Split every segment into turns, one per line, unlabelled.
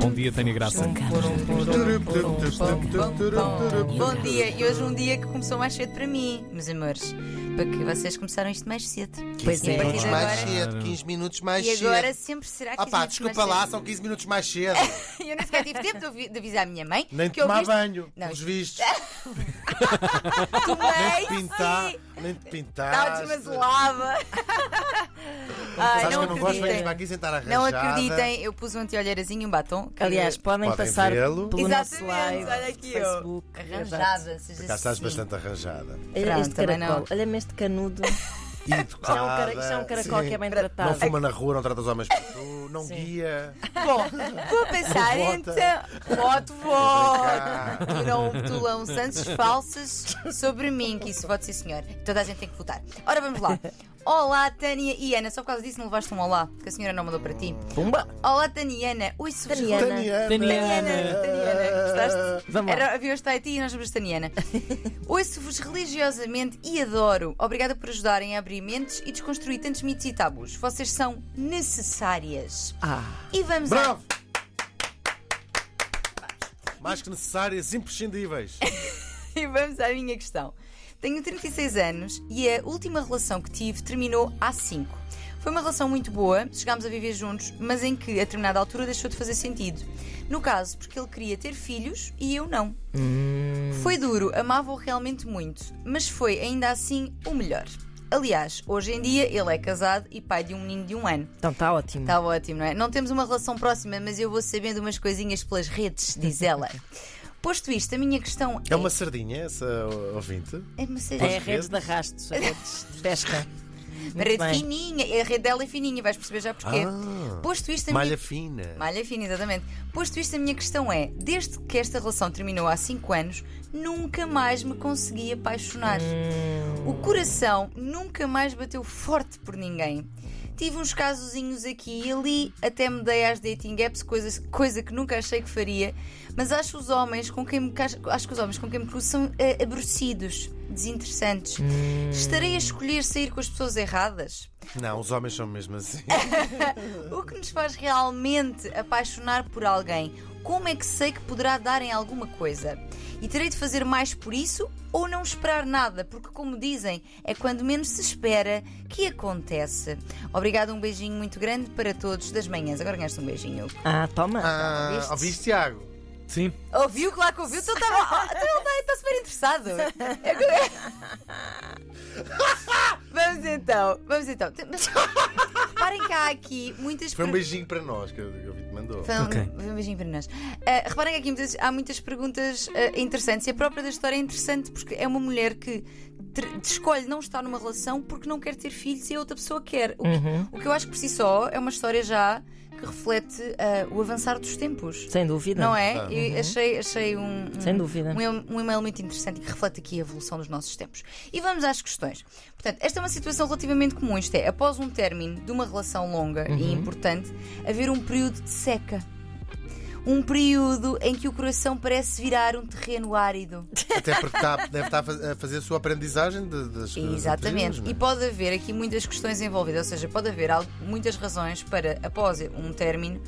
Bom dia, Tânia Graça.
Bom dia, e hoje é um dia que começou mais cedo para mim, meus amores, porque vocês começaram isto mais cedo.
Pois
15
é. minutos
minutos agora-
mais cedo, 15 minutos mais
E
cedo.
agora sempre será que
Ah pá, desculpa lá, são 15 minutos mais cedo.
Eu nem sequer tive tempo de ouvi- de avisar a minha mãe
Nem de
que eu
tomar
ouvi-
banho,
Não,
pelos vistos. Nem
tomei,
de pintar,
sim. Tá
nem de pintar.
Tá
Estava desmazelada. Ai,
Sabes que eu não gosto de
Ah, acreditem.
vir aqui sentar arranjada.
Não acreditem, eu pus um antiolheirazinho e um batom. que-
Aliás, podem,
Podem
passar
vê-lo.
pelo nosso
Exatamente,
live,
olha aqui, ó.
Facebook.
é
exato.
arranjada. seja
Cá estás
assim.
bastante arranjada.
Este
Pronto, também
caracol,
não.
olha-me este canudo. Isto é um, cara,
Educada.
isto é um caracol
Ah, Sim.
que é bem
Não
tratado.
fuma na rua, não trata os homens por tu, não guia.
Bom, vou pensar
Vota.
então. Voto,
cá.
voto. Tu não tulam lances falsas sobre mim, que isso voto, sim senhor. Toda a gente tem que votar. Ora, vamos lá. Olá, Tânia e Ana. Só por causa disso não levaste um olá, que a senhora não mandou para ti.
Pumba!
Olá, Tânia e Ana. Ui, se vos
Tânia.
recorda-
Taniana. Ah,
Taniana, Taniana, gostaste?
Vamos lá.
Era aviões Tahiti e nós vamos Taniana. Ouço-vos religiosamente e adoro. Obrigada por ajudarem a abrir mentes e desconstruir tantos mitos e tabus. Vocês são necessárias.
Ah,
E vamos
Bravo! Mais que necessárias, imprescindíveis.
À... e vamos à minha questão. Tenho 36 anos e a última relação que tive terminou há 5. Foi uma relação muito boa, chegámos a viver juntos, mas em que a determinada altura deixou de fazer sentido. No caso, porque ele queria ter filhos e eu não. Foi duro, amava-o realmente muito, mas foi ainda assim o melhor. Aliás, hoje em dia ele é casado e pai de um menino de um ano.
então está ótimo.
Está ótimo, não é? Não temos uma relação próxima, mas eu vou sabendo umas coisinhas pelas redes, diz ela. Posto isto, a minha questão é.
É uma sardinha essa ouvinte?
é uma série.
É redes de arrastos, redes de pesca.
A rede
bem.
fininha, a rede dela é fininha, vais perceber já porquê.
Ah,
Posto isto, a minha
Malha fina.
Malha fina, exatamente. Posto isto, a minha questão é: desde que esta relação terminou há 5 anos, nunca mais me consegui apaixonar. O coração nunca mais bateu forte por ninguém. Tive uns casozinhos aqui e ali, até me dei às dating apps, coisa, coisa que nunca achei que faria, mas acho os homens com quem me, cas- acho que os homens com quem me cruzo são eh, aborrecidos, desinteressantes. Estarei a escolher sair com as pessoas erradas?
Não, os homens são mesmo assim.
O que nos faz realmente apaixonar por alguém? Como é que sei que poderá dar em alguma coisa? E terei de fazer mais por isso ou não esperar nada? Porque, como dizem, é quando menos se espera que acontece. Obrigado, um beijinho muito grande para todos das manhãs. Agora ganhaste um beijinho.
Ah, toma.
Ah,
Viste?
ouviste, Tiago?
Sim,
Ouviu? Claro que ouviu. Então estava. Então ele está- está super interessado. É que- Vamos então, vamos então. Mas, reparem que há aqui muitas
Foi um
perguntas.
beijinho para nós que o Vitor mandou.
Foi um,
Ok.
foi um beijinho para nós. Ah, reparem que aqui muitas- há muitas perguntas ah, interessantes e a própria da história é interessante porque é uma mulher que ter- escolhe não estar numa relação porque não quer ter filhos e a outra pessoa quer. O, que- o que eu acho que por si só é uma história já que reflete ah, o avançar dos tempos.
Sem dúvida.
Não é? E achei, achei um, um-
Sem dúvida.
um, e- um e-mail muito interessante e que reflete aqui a evolução dos nossos tempos. E vamos às questões. Portanto, esta é uma situação relativamente comum. Isto é, após um término de uma relação longa e importante, haver um período de seca. Um período em que o coração parece virar um terreno árido.
Até porque está- deve estar a faz- a fazer a sua aprendizagem de- das coisas
Exatamente.
anteriores, não é?
E pode haver aqui muitas questões envolvidas, ou seja, pode haver al- muitas razões para, após um término,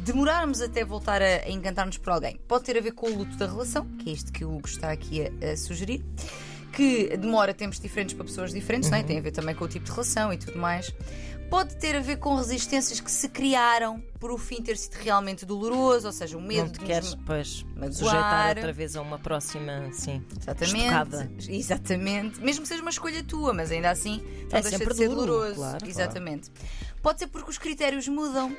demorarmos até voltar a a encantar-nos por alguém. Pode ter a ver com o luto da relação, que é isto que o Hugo está aqui a, a sugerir, que demora tempos diferentes para pessoas diferentes, não é? tem a ver também com o tipo de relação e tudo mais. Pode ter a ver com resistências que se criaram por o fim ter sido realmente doloroso, ou seja, o medo
Não te
de nos-
queres, pois,
magoar.
sujeitar outra vez a uma próxima, sim.
Exatamente.
Estocada.
Exatamente. Mesmo que seja uma escolha tua, mas ainda assim não
É
deixa
sempre
de ser
duro,
doloroso.
claro, claro.
Exatamente. Pode ser porque os critérios mudam.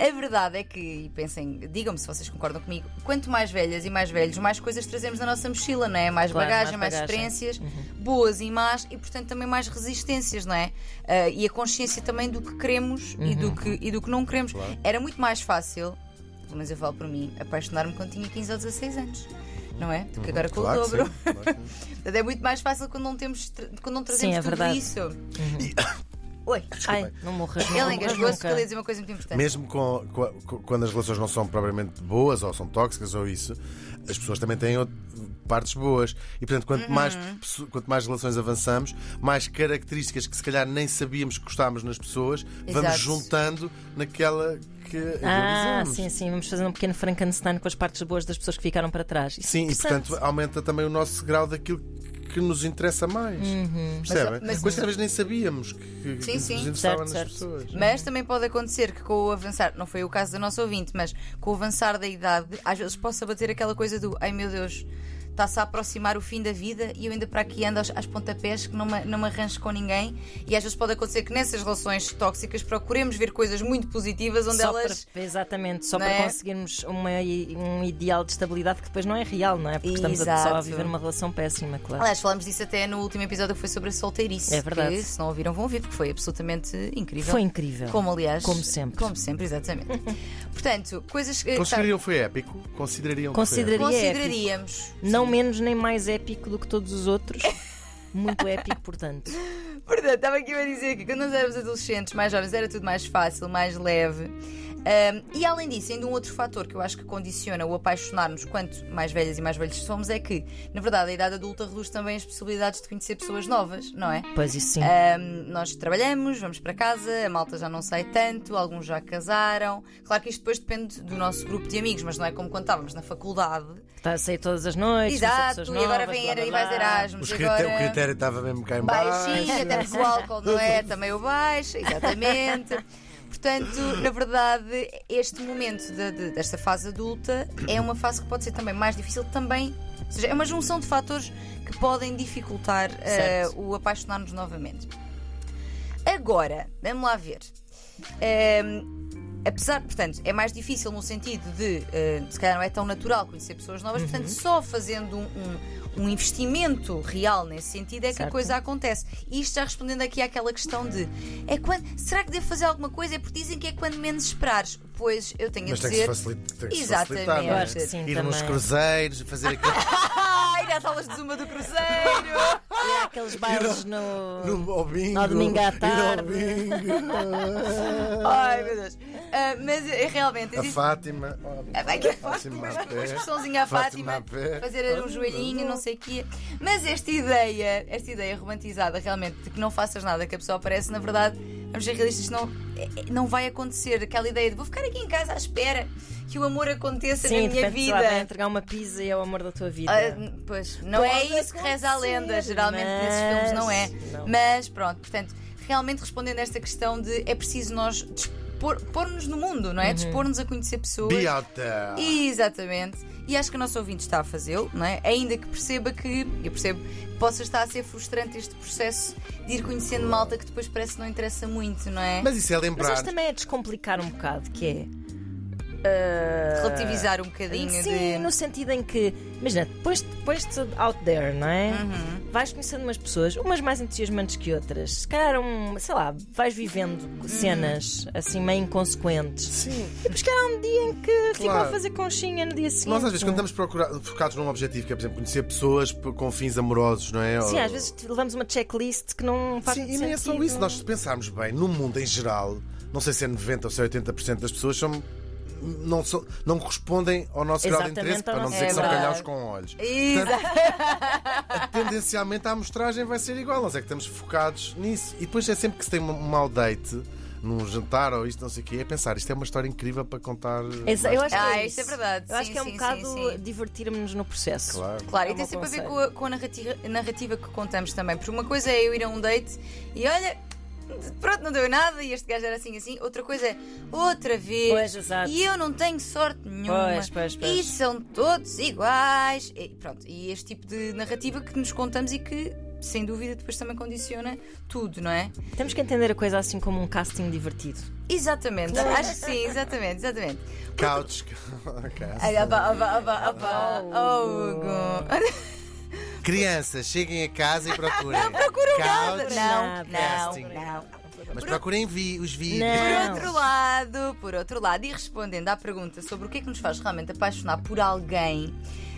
A verdade é que, e pensem, digam-me se vocês concordam comigo, quanto mais velhas e mais velhos, mais coisas trazemos na nossa mochila, não é? Mais
Claro,
bagagem, mais,
mais bagagem. Uhum.
experiências, boas e más, e portanto também mais resistências, não é? Ah, e a consciência também do que queremos e,
Uhum.
do que, e do que não queremos. Era muito mais fácil, pelo menos eu falo por mim, apaixonar-me quando tinha 15 ou 16 anos, não é?
Uhum.
Do que agora com
Claro
o
que
dobro.
sim, claro que sim.
Portanto, É muito mais fácil quando não temos quando não trazemos
é
tudo
verdade.
isso. Oi.
Ai, não morras nunca.
Ele engasgou-se porque
nunca.
ele ia dizer uma coisa muito importante.
Mesmo com, com a- com- quando as relações não são propriamente boas ou são tóxicas ou isso, as pessoas também têm out- partes boas. E portanto, quanto,
Uhum.
mais, pesso- quanto mais relações avançamos, mais características que se calhar nem sabíamos que gostávamos nas pessoas,
Exato.
vamos juntando naquela que
Ah,
idealizamos.
sim, sim, vamos fazer um pequeno Frankenstein com as partes boas das pessoas que ficaram para trás. Isso é
Sim, e
interessante.
portanto aumenta também o nosso grau daquilo que nos interessa mais.
Uhum.
Percebem?
Mas- mas-
Coisas que talvez nem sabíamos que, que
Sim, sim.
nos interessavam
Certo,
nas
certo.
pessoas.
Mas também pode acontecer que com o avançar, não foi o caso da nossa ouvinte, mas com o avançar da idade, às vezes possa bater aquela coisa do ai meu Deus, está-se a aproximar o fim da vida e eu ainda para aqui ando aos, aos pontapés que não me, não me arranjo com ninguém. E às vezes pode acontecer que nessas relações tóxicas procuremos ver coisas muito positivas onde
Só
elas.
para- exatamente, só
Não
para
é?
conseguirmos uma i- um ideal de estabilidade que depois não é real, não é? Porque estamos a- só a
Exato.
viver uma relação péssima, claro.
Aliás, falamos disso até no último episódio que foi sobre a solteirice.
É verdade.
que, se não ouviram, vão ouvir, porque foi absolutamente incrível.
Foi incrível.
Como aliás.
Como sempre.
Como sempre, exatamente. Portanto, coisas que.
Considerariam que foi épico? Considerariam que foi épico?
Consideraria épico.
Consideraríamos.
Não menos nem mais épico do que todos os outros. Muito épico, portanto.
Portanto, estava aqui a dizer que quando nós éramos adolescentes, mais jovens, era tudo mais fácil, mais leve. Ahm, e além disso, ainda um outro fator que eu acho que condiciona o apaixonar-nos quanto mais velhas e mais velhos somos é que, na verdade, a idade adulta reduz também as possibilidades de conhecer pessoas novas, não é?
Pois isso sim.
Ahm, nós trabalhamos, vamos para casa, a malta já não sai tanto, alguns já casaram. Claro que isto depois depende do nosso grupo de amigos, mas não é como quando estávamos na faculdade.
Está Tá a sair todas as noites.
Exato,
pessoas
e agora
novas,
vem
blá, blá,
e vais
blá.
Erasmus.
Os
e
critério-
agora...
O critério estava mesmo cá em baixo.
baixinho, até porque o álcool não é também o baixo, exatamente. Portanto, na verdade, este momento da- de- desta fase adulta é uma fase que pode ser também mais difícil, também, ou seja, é uma junção de fatores que podem dificultar eh,
Certo.
o apaixonar-nos novamente. Agora, vamos lá ver. Ehm, apesar, portanto, é mais difícil no sentido de eh, se calhar não é tão natural conhecer pessoas novas,
Uhum.
portanto, só fazendo um, um- um investimento real nesse sentido é que a
Certo.
coisa acontece. E isto já respondendo aqui àquela questão de é quando, será que devo fazer alguma coisa? É porque dizem que é quando menos esperares. Pois eu tenho
Mas
a
tem que se
dizer.
facilitar. tem que se
Exatamente.
facilitar, não
Eu
é?
acho que sim.
Ir nos
também.
cruzeiros, fazer aquele.
Ai, ir às aulas de zuma do cruzeiro!
E há aqueles bailes no.
no, ao bingo,
Ao domingo à
ir ao
tarde.
bingo.
Ai, meu Deus. Ah, mas eh, realmente
A
existe
Fátima.
Ah, vai que é Fátima,
Fátima a
uma
pé.
expressãozinha à Fátima,
Fátima a pé.
fazer um joelhinho, não sei o quê. Mas esta ideia, esta ideia romantizada realmente de que não faças nada que a pessoa aparece, na verdade, vamos ser realistas, isto não, é- é- não vai acontecer. Aquela ideia de vou ficar aqui em casa à espera que o amor aconteça
Sim,
na minha
depende, sei lá, vai
vida.
entregar uma pizza e é o amor da tua vida.
Ah, n- pois, não é
Pode
isso que reza a lenda,
acontecer,
geralmente nesses
mas-
filmes não é.
não.
Mas pronto, portanto, realmente respondendo a esta questão de é preciso nós dispor- pôr-nos no mundo, não é? Dispor-nos a conhecer pessoas.
Uhum. Be out there.
Exatamente. E acho que o nosso ouvinte está a fazê-lo, não é? Ainda que perceba que, eu percebo, que possa estar a ser frustrante este processo de ir conhecendo malta que depois parece que não interessa muito, não é?
Mas isso é
Mas
lembrar.
isto também é descomplicar um bocado, que é.
Relativizar um bocadinho
Sim,
de.
no sentido em que, imagina, depois, depois de out there, não é?
Uhum.
Vais conhecendo umas pessoas, umas mais entusiasmantes que outras. Se calhar, um, sei lá, vais vivendo cenas assim meio inconsequentes.
Uhum. Sim.
E depois, se calhar, há um dia em que ficam a
Claro.
fazer conchinha no dia seguinte.
Nós às vezes quando é estamos procura- focados num objetivo que é, por exemplo, conhecer pessoas p- com fins amorosos, não é?
Sim,
Ou-
às vezes levamos uma checklist que não faz
Sim,
muito
e nem é só
sentido.
isso. Nós, se pensarmos bem, no mundo em geral, não sei se é 90% ou se é 80% das pessoas são. Não, são- não correspondem ao nosso grau de
Exatamente,
interesse,
ao
para não
nosso-
dizer
É
que são
verdade.
calhaus com olhos.
Exato.
tendencialmente a amostragem vai ser igual, nós é que estamos focados nisso. E depois é sempre que se tem um mau date num jantar ou isto, não sei o quê, é pensar, isto é uma história incrível para contar.
Exa- eu acho que
Ah,
é
isto é
isso.
verdade.
Eu acho
Sim,
que é um
sim, sim, sim.
bocado divertirmos-nos no processo.
Claro.
Claro,
É
e
um
tem
bom
sempre a ver
conselho.
com a, com a narrativa, narrativa que contamos também. Porque uma coisa é eu ir a um date e olha, pronto, não deu nada e este gajo era assim assim. Outra coisa é outra vez.
Pois, exato.
E eu não tenho sorte nenhuma.
Pois, pois, pois.
E são todos iguais. E pronto, e este tipo de narrativa que nos contamos e que, sem dúvida, depois também condiciona tudo, não é?
Temos que entender a coisa assim como um casting divertido.
Exatamente, acho que sim, exatamente, exatamente.
Couch. Ok.
Ai, opa, opa, opa, opa. Oh, Hugo.
Crianças, cheguem a casa e procurem. Não
Procura um
Couch.
Não,
Casting.
não, não.
Mas procurem vi os vídeos.
Não.
Por outro lado, por outro lado, e respondendo à pergunta sobre o que é que nos faz realmente apaixonar por alguém,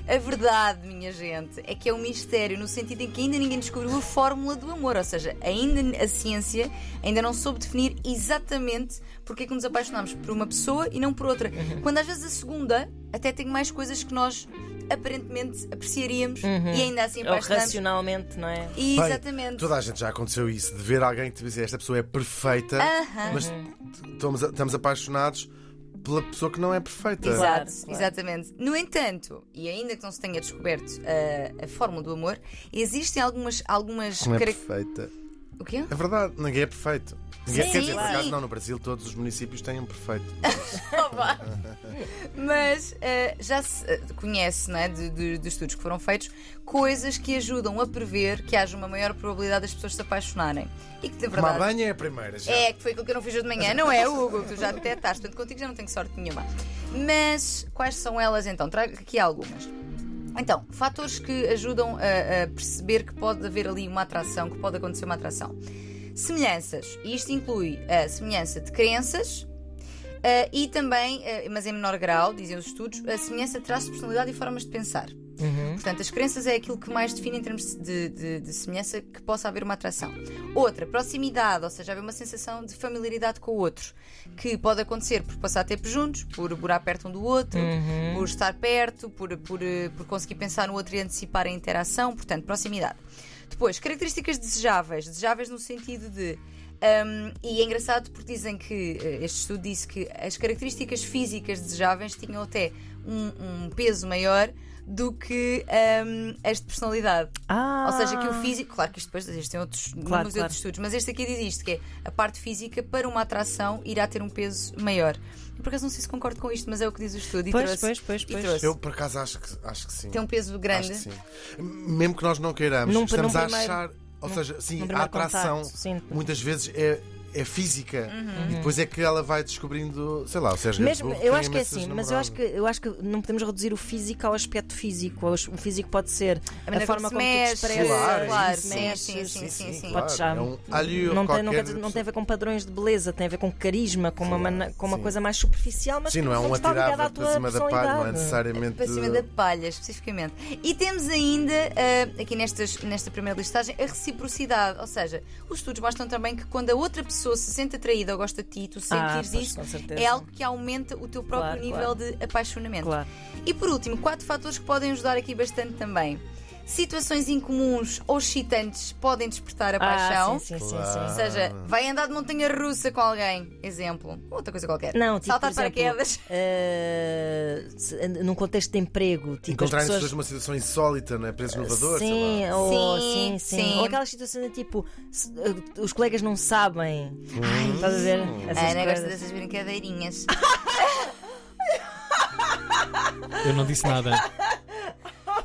A verdade, minha gente, é que é um mistério no sentido em que ainda ninguém descobriu a fórmula do amor, ou seja, ainda a ciência ainda não soube definir exatamente porque é que nos apaixonamos por uma pessoa e não por outra. Quando às vezes a segunda até tem mais coisas que nós aparentemente apreciaríamos e ainda assim
Ou
apaixonamos.
racionalmente, não é?
E
Bem,
Exatamente.
toda a gente já aconteceu isso, de ver alguém que te dizer esta pessoa é perfeita,
Aham.
mas estamos, estamos apaixonados pela pessoa que não é perfeita.
Claro,
Exato,
claro.
exatamente. No entanto, e ainda que não se tenha descoberto ah, a fórmula do amor, existem algumas, algumas
Não é
carac-
perfeita.
O quê?
É verdade, ninguém é perfeito. Ninguém,
Sim,
quer dizer, por
sim.
acaso não, no Brasil todos os municípios têm um perfeito.
É
Oh, Mas ah, já se ah, conhece, né, de, de- de estudos que foram feitos, coisas que ajudam a prever que haja uma maior probabilidade das pessoas se apaixonarem. E que, na
Tomar
verdade,
banho é a primeira. Já.
É, que foi aquilo que eu não fiz hoje de manhã, não é, Hugo? Tu já detectaste, portanto, contigo já não tenho sorte nenhuma. Mas quais são elas então? Trago aqui algumas. Então, fatores que ajudam a, a perceber que pode haver ali uma atração, que pode acontecer uma atração. Semelhanças. E Isto inclui a semelhança de crenças. ah, e também, ah, mas em menor grau, dizem os estudos, a semelhança de traços de personalidade e formas de pensar. Portanto, as crenças é aquilo que mais define em termos de, de- de semelhança que possa haver uma atração. Outra, proximidade, ou seja, haver uma sensação de familiaridade com o outro, que pode acontecer por passar tempo juntos, por morar perto um do outro, por estar perto, por, por, eh, por conseguir pensar no outro e antecipar a interação, portanto, proximidade. Depois, características desejáveis, desejáveis no sentido de um, e é engraçado porque dizem que eh, este estudo disse que as características físicas desejáveis tinham até um, um peso maior do que um, as de personalidade.
Ah,
Ou seja, que o físico, claro que isto depois existem outros números e
claro.
outros estudos, mas este aqui diz isto: que é a parte física para uma atração irá ter um peso maior. Eu por acaso não sei se concordo com isto, mas é o que diz o estudo. E
Pois,
trouxe,
pois, pois,
e
pois.
trouxe.
Eu, por acaso, acho que, acho que sim.
Tem um peso
acho
grande.
que sim. Mesmo que nós não queiramos,
Num-
estamos
num
a
primeiro-
achar. Ou seja, sim,
num
a
primeiro
atração
contacto, sim. Uhum.
muitas vezes é, é física e depois é que ela vai descobrindo, sei lá, o Sérgio
Mesmo,
Aznavour
eu
tem
acho que é
imensas
assim, mas eu acho que, eu acho que não podemos reduzir o físico ao aspecto físico. Aos- O físico pode ser a,
maneira
forma
como
como
se
tu te
mexe,
expressas,
claro,
como
isso,
te
sim,
mexes.
sim, sim, sim, sim.
Pode já-
É um alho
Não, tem, não,
qualquer
quer dizer- não
pessoa.
tem a ver com padrões de beleza, tem a ver com carisma, com uma, mana- com uma
sim.
coisa mais superficial, mas
Sim,
que
não é um
está
atirar
ligada à
para
tua
cima da palha, não é
personalidade.
necessariamente.
Para cima da palha, especificamente. E temos ainda, ah, aqui nestas, nesta primeira listagem, a reciprocidade. Ou seja, os estudos mostram também que quando a outra pessoa se sente atraída ou gosta de ti, tu
Ah,
sentires
pois,
isso,
com certeza.
é algo que aumenta o teu próprio
Claro,
nível de apaixonamento.
Claro.
E por último, quatro fatores que podem ajudar aqui bastante também. Situações incomuns ou excitantes podem despertar a paixão.
Ah, sim, sim, sim,
Claro.
Ou
sim.
seja, vai andar de montanha russa com alguém, exemplo. Outra coisa qualquer.
Não, tipo,
Saltar de
por exemplo,
paraquedas.
eh, se- num contexto de emprego, tipo, as
Encontrarem pessoas...
pessoas
numa situação insólita, não é? Preso no elevador, sei
Sim,
lá.
ou, assim, sim,
Sim,
sim,
sim.
Ou aquelas situações de tipo, se- eh, os colegas não sabem. Ai, estás a ver?
Hum.
A
Essas
Ana gosta
coisas.
Ah, dessas brincadeirinhas.
Eu não disse nada.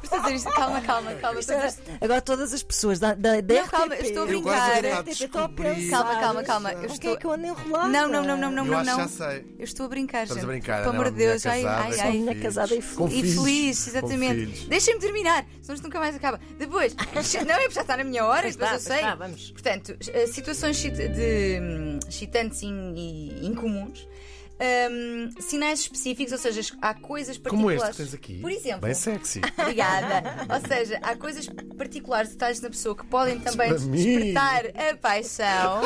Estou a dizer isto. Calma, calma, calma. Estou a
é
dizer isto.
é, Agora todas as pessoas da, da, da
tipo. Não,
RTP,
calma, estou a
da
brincar.
RTP,
Eu
estou a
gosto de tentar
pensar.
Calma, calma, calma. Eu
é Com
estou-
quem é que eu ando enrolada?
Não, não, não, não,
Eu
não, não,
acho que já
não.
sei.
Eu estou a brincar,
Estamos
gente.
a brincar,
Pelo
não,
amor de
mulher
Deus, ai,
casada,
ai,
com
Sou
ai.
menina
filhos,
casada é e
com
E
filhos,
feliz,
com
exatamente.
filhos.
Deixem-me terminar, senão isto nunca mais acaba. Depois, não é porque já está na minha hora,
Pois
depois eu
está, pois
sei.
está, vamos.
Portanto, eh, situações chit- de hum, excitantes e in- e incomuns. Hum, sinais específicos, ou seja, há coisas
Como
particulares.
este que tens aqui.
Por exemplo,
Bem sexy.
Obrigada. Ou seja, há coisas particulares, detalhes na pessoa que podem também
Para mim.
despertar a paixão.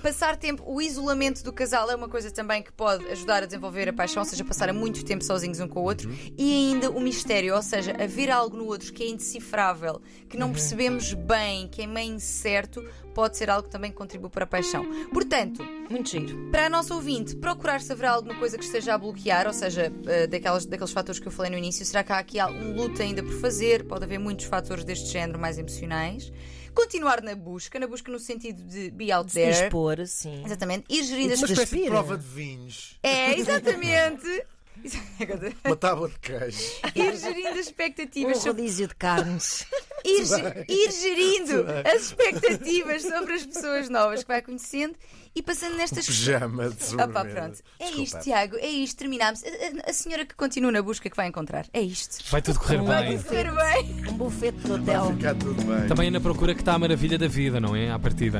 Passar tempo, o isolamento do casal é uma coisa também que pode ajudar a desenvolver a paixão, ou seja, passar muito tempo sozinhos um com o outro.
Uhum.
E ainda o mistério, ou seja, haver algo no outro que é indecifrável, que
Uhum.
não percebemos bem, que é meio incerto, pode ser algo que também contribui para a paixão. Portanto,
Muito giro.
para a nossa ouvinte, procurar se haverá alguma coisa que esteja a bloquear, ou seja, eh, daquelas, daqueles fatores que eu falei no início, será que há aqui algum luto ainda por fazer? Pode haver muitos fatores deste género mais emocionais. Continuar na busca, na busca no sentido de be out
Se
there.
expor, sim.
Exatamente. E gerir as
Uma
suas.
espécie de
Respira.
prova de vinhos.
É, exatamente. Isso-
Uma tábua de queijo.
Ir gerindo as
Um
expectativas sobre
rodízio de carnes.
ir, ge- ir gerindo as expectativas sobre as pessoas novas que vai conhecendo e passando nestas
Pijama de sobremesa.
Opa, pronto. É
Desculpa.
isto, Tiago, é isto, terminamos. A, a- a senhora que continua na busca que vai encontrar. É isto.
Vai tudo correr bem.
Super bem.
Um buffet de hotel.
Fica tudo bem.
Também é na procura que está a maravilha da vida, não é? À partida.